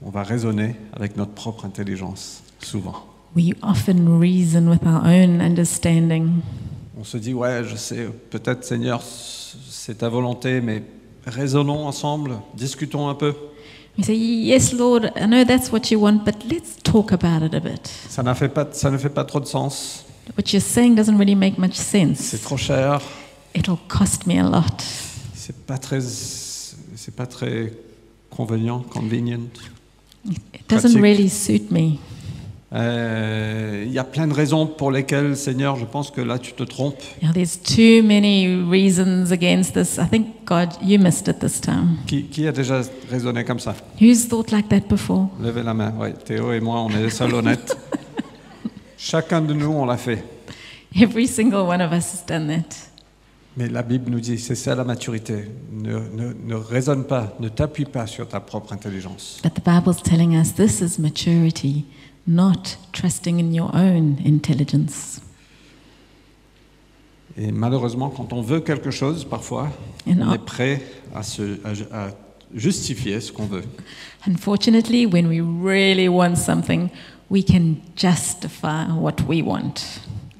On va raisonner avec notre propre intelligence, souvent. We often reason with our own understanding. On se dit, ouais, je sais, peut-être Seigneur, c'est ta volonté, mais raisonnons ensemble, discutons un peu. We say, Yes, Lord, I know that's what you want, but let's talk about it a bit. Ça, n'a fait pas, ça ne fait pas trop de sens, What you're saying doesn't really make much c'est sense. trop cher, It'll cost me a lot. c'est pas très, c'est pas très convenient, convenient. It doesn't Pratique. really suit me. Euh, Il y a plein de raisons pour lesquelles, Seigneur, je pense que là, tu te trompes. Yeah, there's too many reasons against this. I think God, you missed it this time. Qui, qui a déjà raisonné comme ça Who's thought like that before? Levez la main. Oui, Théo et moi, on est les seuls honnêtes. Chacun de nous, on l'a fait. Every single one of us has done that. Mais la Bible nous dit, c'est ça la maturité. Ne, ne- ne raisonne pas, ne t'appuie pas sur ta propre intelligence. But the Bible's telling us this is maturity, not trusting in your own intelligence. Et malheureusement, quand on veut quelque chose, parfois, And on est un- prêt à, se, à ju- à justifier ce qu'on veut. Unfortunately, when we really want something, we can justify what we want.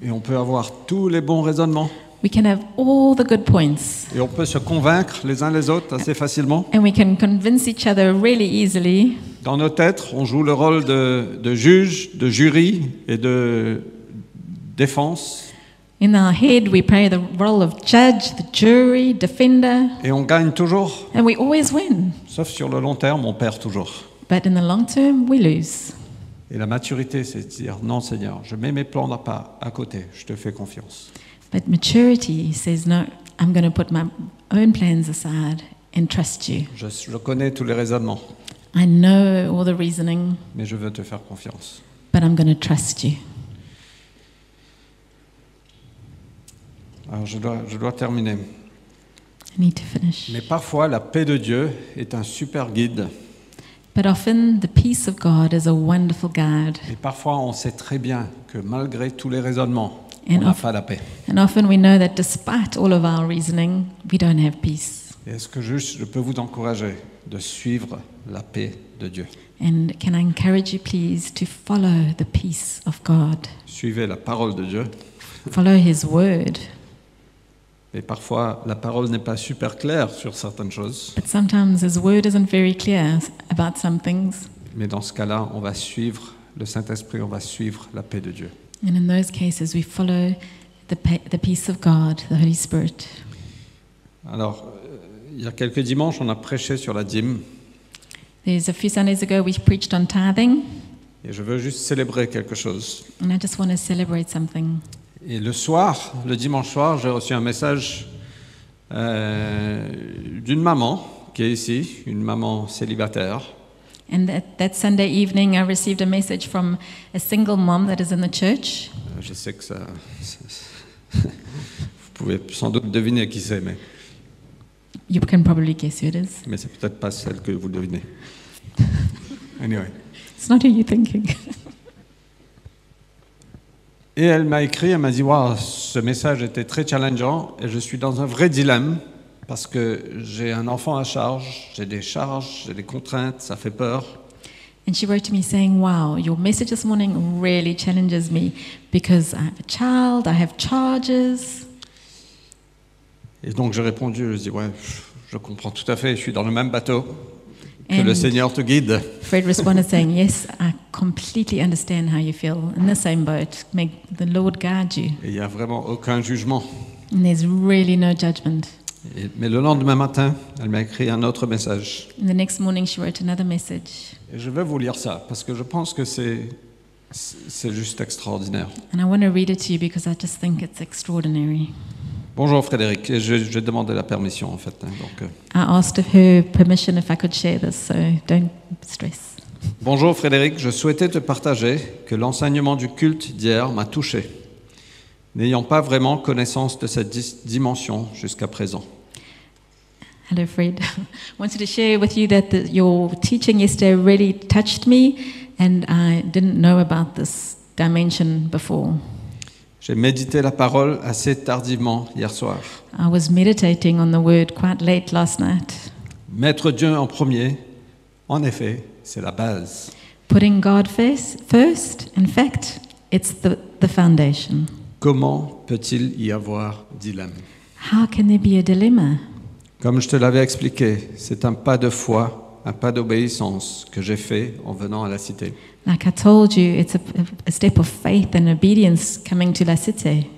Et on peut avoir tous les bons raisonnements. We can have all the good points, Et on peut se convaincre les uns les autres assez facilement. and we can convince each other really easily. Dans nos têtes, on joue le rôle de, de juge, de jury et de défense, In our head, we play the role of judge, the jury, defender, et on gagne toujours, and we always win. sauf sur le long terme, on perd toujours. But in the long term, we lose. Et la maturité, c'est de dire non Seigneur, je mets mes plans à pas à côté, je te fais confiance. But maturity says, no, I'm going to put my own plans aside and trust you. Je, je connais tous les raisonnements, I know all the reasoning, mais je veux te faire confiance. but I'm going to trust you. Alors je dois, je dois terminer. I need to finish. Mais parfois, la paix de Dieu est un super guide But often, the peace of God is a wonderful guide. Et parfois, on sait très bien que malgré tous les raisonnements, Et on n'a enfin- pas la paix. And often we know that despite all of our reasoning, we don't have peace. Et est-ce que juste je peux vous encourager de suivre la paix de Dieu And can I encourage you, please, to follow the peace of God? Suivez la parole de Dieu. Follow His word. Et parfois, la parole n'est pas super claire sur certaines choses. But sometimes His word isn't very clear about some things. Mais dans ce cas-là, on va suivre le Saint-Esprit, on va suivre la paix de Dieu. And in those cases, we follow the, pe- the peace of God, the Holy Spirit. Alors, euh, il y a quelques dimanches, on a prêché sur la dîme. There's a few Sundays ago we preached on tithing, Et je veux juste célébrer quelque chose. and I just want to celebrate something. Et le soir, le dimanche soir, j'ai reçu un message euh, d'une maman qui est ici, une maman célibataire. And that, that Sunday evening, I received a message from a single mom that is in the church. Euh, Je sais que ça. Vous pouvez sans doute deviner qui c'est, mais, You can probably guess who it is. mais c'est peut-être pas celle que vous devinez. Anyway. It's not who you're thinking. Et elle m'a écrit, elle m'a dit Waouh, ce message était très challengeant et je suis dans un vrai dilemme parce que j'ai un enfant à charge, j'ai des charges, j'ai des contraintes, ça fait peur. And she wrote to me saying, Wow, your message this morning really challenges me because I have a child, I have charges. Et donc j'ai répondu Je dis Ouais, pff, je comprends tout à fait, je suis dans le même bateau. Que le And- Seigneur te guide. Fred responded saying, Yes, I completely understand how you feel in the same boat. May the Lord guide you. Et il n'y a vraiment aucun jugement. And there's really no judgment. Et- mais le lendemain matin, elle m'a écrit un autre message. And the next morning, she wrote another message. Et je vais vous lire ça parce que je pense que c'est c'est juste extraordinaire. And I want to read it to you because I just think it's extraordinary. Bonjour Frédéric, Et je, je demandais la permission en fait. hein, donc, euh, I asked of her permission if I could share this, so don't stress. Bonjour Frédéric, je souhaitais te partager que l'enseignement du culte d'hier m'a touché, n'ayant pas vraiment connaissance de cette dis- dimension jusqu'à présent. Hello, Fred. I wanted to share with you that the, your teaching yesterday really touched me, and I didn't know about this dimension before. J'ai médité la parole assez tardivement hier soir. I was meditating on the word quite late last night. Mettre Dieu en premier, en effet, c'est la base. Putting God first, first in fact, it's the, the foundation. Comment peut-il y avoir dilemme How can there be a dilemma? Comme je te l'avais expliqué, c'est un pas de foi, un pas d'obéissance que j'ai fait en venant à la cité. Like I told you, it's a, a step of faith and obedience coming to La Cité.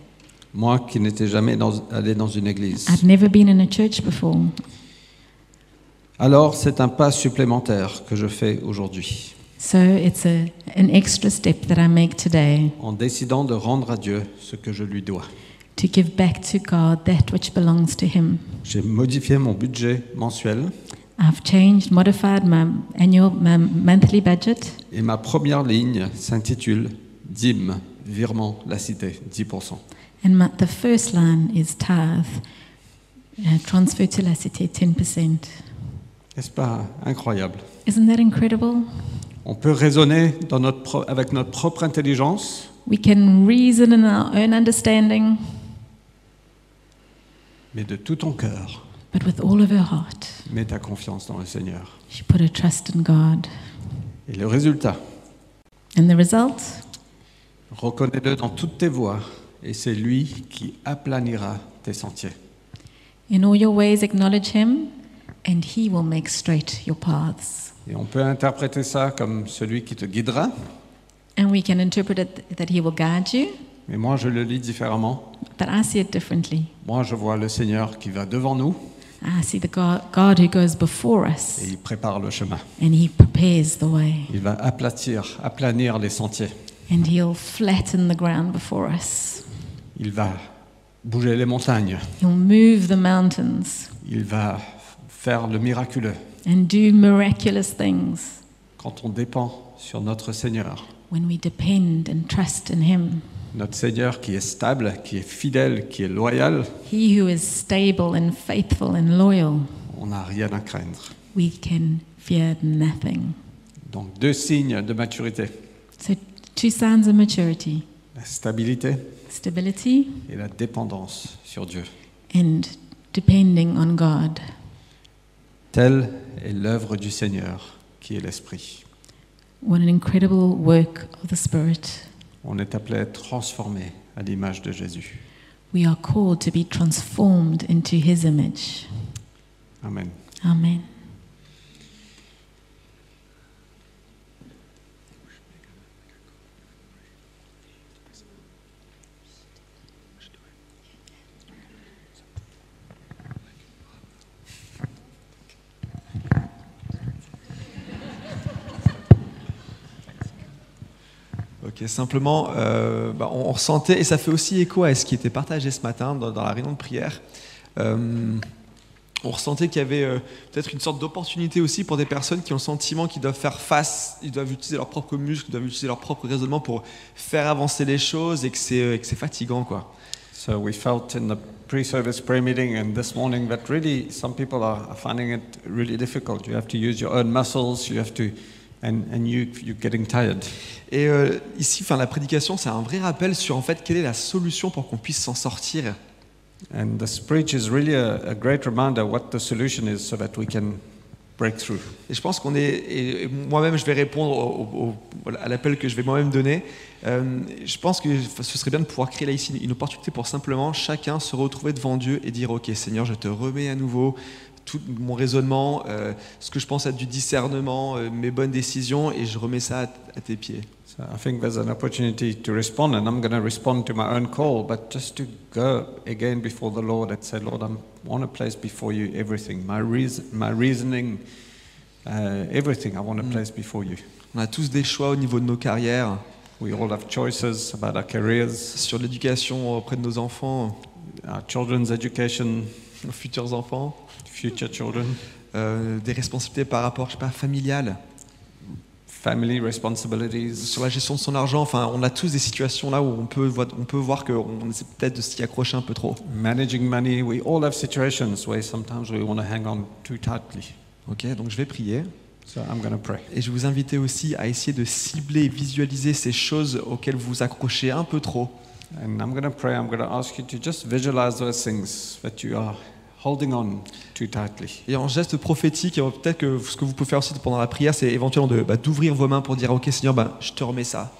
Moi qui n'étais jamais dans- allé dans une église. I'd never been in a church before, Alors, c'est un pas supplémentaire que je fais aujourd'hui, so it's a, an extra step that I make today en décidant de rendre à Dieu ce que je lui dois. to give back to God that which belongs to Him. J'ai modifié mon budget mensuel I've changed, modified my annual, my monthly budget, et ma première ligne s'intitule Dîme, virement, la cité, 10%. and my, the first line is tithe, uh, transfer to La Cité, 10%. N'est-ce pas incroyable Isn't that incredible? On peut raisonner dans notre pro- avec notre propre intelligence, We can reason in our own understanding, mais de tout ton cœur, but with all of our heart. mets ta confiance dans le Seigneur. She put her trust in God. Et le résultat, And the result? reconnais-le dans toutes tes voies, et c'est lui qui aplanira tes sentiers. In all your ways acknowledge him, and he will make straight your paths. Et on peut interpréter ça comme celui qui te guidera, And we can interpret it that he will guide you, mais moi je le lis différemment. but I see it differently. Moi je vois le Seigneur qui va devant nous I see the God, God who goes before et us, il prépare le chemin. and he prepares the way, Il va aplatir, aplanir les sentiers. and he'll flatten the ground before us. Il va bouger les montagnes. He'll move the mountains Il va faire le miraculeux and do miraculous things quand on dépend sur notre Seigneur. when we depend and trust in him. Notre Seigneur qui est stable, qui est fidèle, qui est loyal, He who is stable and faithful and loyal. on n'a rien à craindre. we can fear nothing. Donc deux signes de maturité, So, two signs of maturity la stabilité stability et la dépendance sur Dieu. and depending on God. Telle est l'œuvre du Seigneur qui est l'Esprit. What an incredible work of the Spirit. On est appelé à être transformé à l'image de Jésus. We are called to be transformed into His image. Amen. Amen. Ok, simplement, euh, bah, on, on ressentait, et ça fait aussi écho à ce qui était partagé ce matin dans, dans la réunion de prière, euh, on ressentait qu'il y avait euh, peut-être une sorte d'opportunité aussi pour des personnes qui ont le sentiment qu'ils doivent faire face, ils doivent utiliser leurs propres muscles, ils doivent utiliser leur propre raisonnement pour faire avancer les choses et que c'est euh, et que c'est fatigant. quoi. So we felt in the pre-service prayer meeting and this morning that really some people are are finding it really difficult. You have to use your own muscles. You have to, and and you you're getting tired. Et euh, ici, enfin, la prédication, c'est un vrai rappel sur en fait quelle est la solution pour qu'on puisse s'en sortir. And this preach is really a, a great reminder what the solution is, so that we can break through. Et je pense qu'on est, et et moi-même je vais répondre au- au- au- voilà, à l'appel que je vais moi-même donner. Euh, je pense que enfin, ce serait bien de pouvoir créer là ici une opportunité pour simplement chacun se retrouver devant Dieu et dire Ok Seigneur, je te remets à nouveau tout mon raisonnement, euh, ce que je pense être du discernement, euh, mes bonnes décisions, et je remets ça à, à tes pieds. So I think there's an opportunity to respond, and I'm going to respond to my own call, but just to go again before the Lord and say, Lord, I want to place before you everything, my reason, my reasoning, uh, everything. I want to Mm. place before you. On a tous des choix au niveau de nos carrières, We all have choices about our careers, sur l'éducation auprès de nos enfants, our children's education, nos futurs enfants, future children, euh, des responsabilités par rapport, je sais pas, familiales. family responsibilities. sur la gestion de son argent. Enfin, on a tous des situations là où on peut, vo- on peut voir qu'on essaie peut-être de s'y accrocher un peu trop. Managing money, we all have situations where sometimes we want to hang on too tightly. Ok, donc je vais prier So I'm going to pray. et je vais vous inviter aussi à essayer de cibler et visualiser ces choses auxquelles vous vous accrochez un peu trop. And I'm going to pray, I'm going to ask you to just visualize those things that you are holding on too tightly. Et en geste prophétique, et peut-être que ce que vous pouvez faire aussi pendant la prière, c'est éventuellement de- bah, d'ouvrir vos mains pour dire Ok, Seigneur, bah, je te remets ça.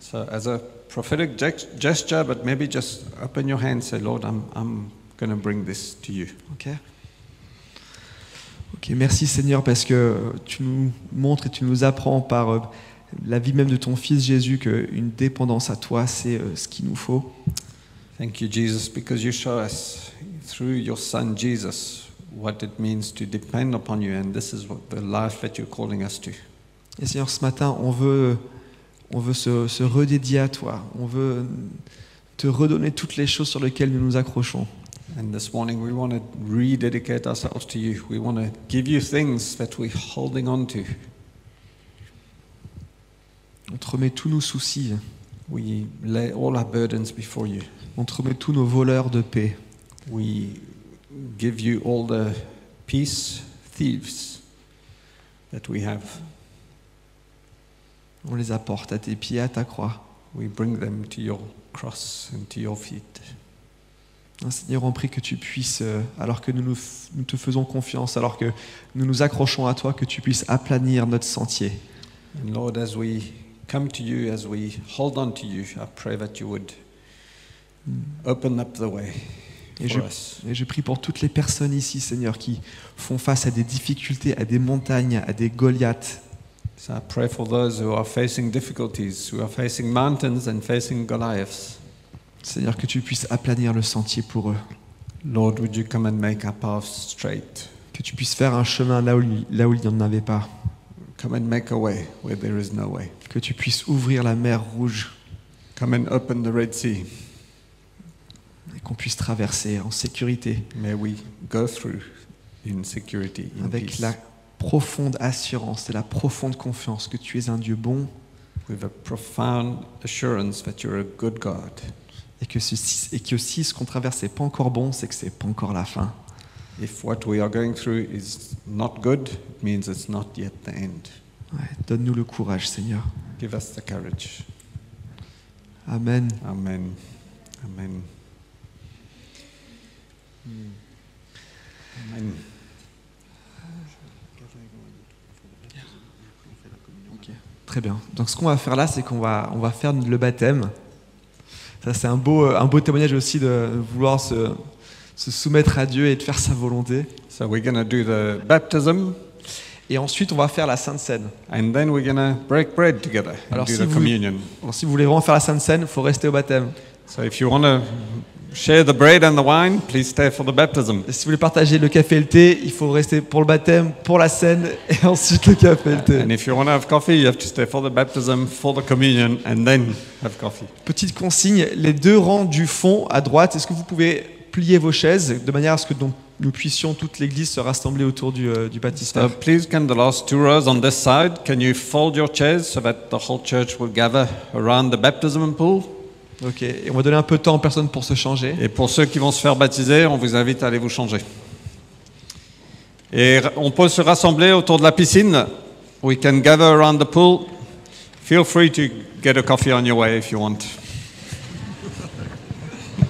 So, as a prophetic gest- gesture, but maybe just open your hand and say, Lord, I'm, I'm going to bring this to you. Ok. Ok, merci Seigneur parce que euh, tu nous montres et tu nous apprends par euh, la vie même de ton Fils Jésus qu'une dépendance à toi, c'est euh, ce qu'il nous faut. Thank you, Jesus, because you show us through your Son Jesus what it means to depend upon you, and this is what the life that you're calling us to. Et Seigneur, ce matin, on veut, on veut se, se redédier à toi. On veut te redonner toutes les choses sur lesquelles nous nous accrochons. And this morning, we want to rededicate ourselves to you. We want to give you things that we're holding on to. On te remet tous nos soucis. We lay all our burdens before you. On te remet tous nos voleurs de paix. We give you all the peace thieves that we have. On les apporte à tes pieds, à ta croix. We bring them to your cross and to your feet. Hein, Seigneur, on prie que tu puisses, euh, alors que nous, nous, f- nous te faisons confiance, alors que nous nous accrochons à toi, que tu puisses aplanir notre sentier. And Lord, as we come to you, as we hold on to you, I pray that you would open up the way Et for je, us. et je prie pour toutes les personnes ici, Seigneur, qui font face à des difficultés, à des montagnes, à des Goliaths. So I pray for those who are facing difficulties, who are facing mountains and facing Goliaths. Seigneur, que tu puisses aplanir le sentier pour eux. Lord, would you come and make our paths straight? que tu puisses faire un chemin là où, là où il n'y en avait pas, Come and make a way where there is no way. que tu puisses ouvrir la mer rouge Come and open the Red Sea. et qu'on puisse traverser en sécurité May we go through in security, in avec peace. la profonde assurance et la profonde confiance que tu es un Dieu bon with a profound assurance that you're a good God. et que, ceci, et que si ce qu'on traverse n'est pas encore bon, c'est que c'est pas encore la fin. If what we are going through is not good, it means it's not yet the end. Ouais, Donne-nous le courage, Seigneur. Give us the courage. Amen. Amen. Amen. Hmm. Amen. Très bien. Donc ce qu'on va faire là, c'est qu'on va, on va faire le baptême. Ça, c'est un beau, euh, un beau témoignage aussi de vouloir se, se soumettre à Dieu et de faire sa volonté. So we're going to do the baptism Et ensuite, on va faire la Sainte Seine. and then we're going to break bread together and Alors, do si the vous- communion. Alors, si vous voulez vraiment faire la Sainte Seine, il faut rester au baptême. So if you want to share the bread and the wine, please stay for the baptism. Et si vous voulez partager le café et le thé, il faut rester pour le baptême, pour la Seine et ensuite le café et le thé. And if you want to have coffee, you have to stay for the baptism, for the communion, and then have coffee. Petite consigne, les deux rangs du fond à droite, est-ce que vous pouvez plier vos chaises de manière à ce que donc, nous puissions toute l'église se rassembler autour du, euh, du So baptistère Uh, please, can the last two rows on this side, can you fold your chairs so that the whole church will gather around the baptism pool? Ok, et on va donner un peu de temps aux personnes pour se changer. Et pour ceux qui vont se faire baptiser, on vous invite à aller vous changer. Et r- on peut se rassembler autour de la piscine. We can gather around the pool. Feel free to get a coffee on your way if you want.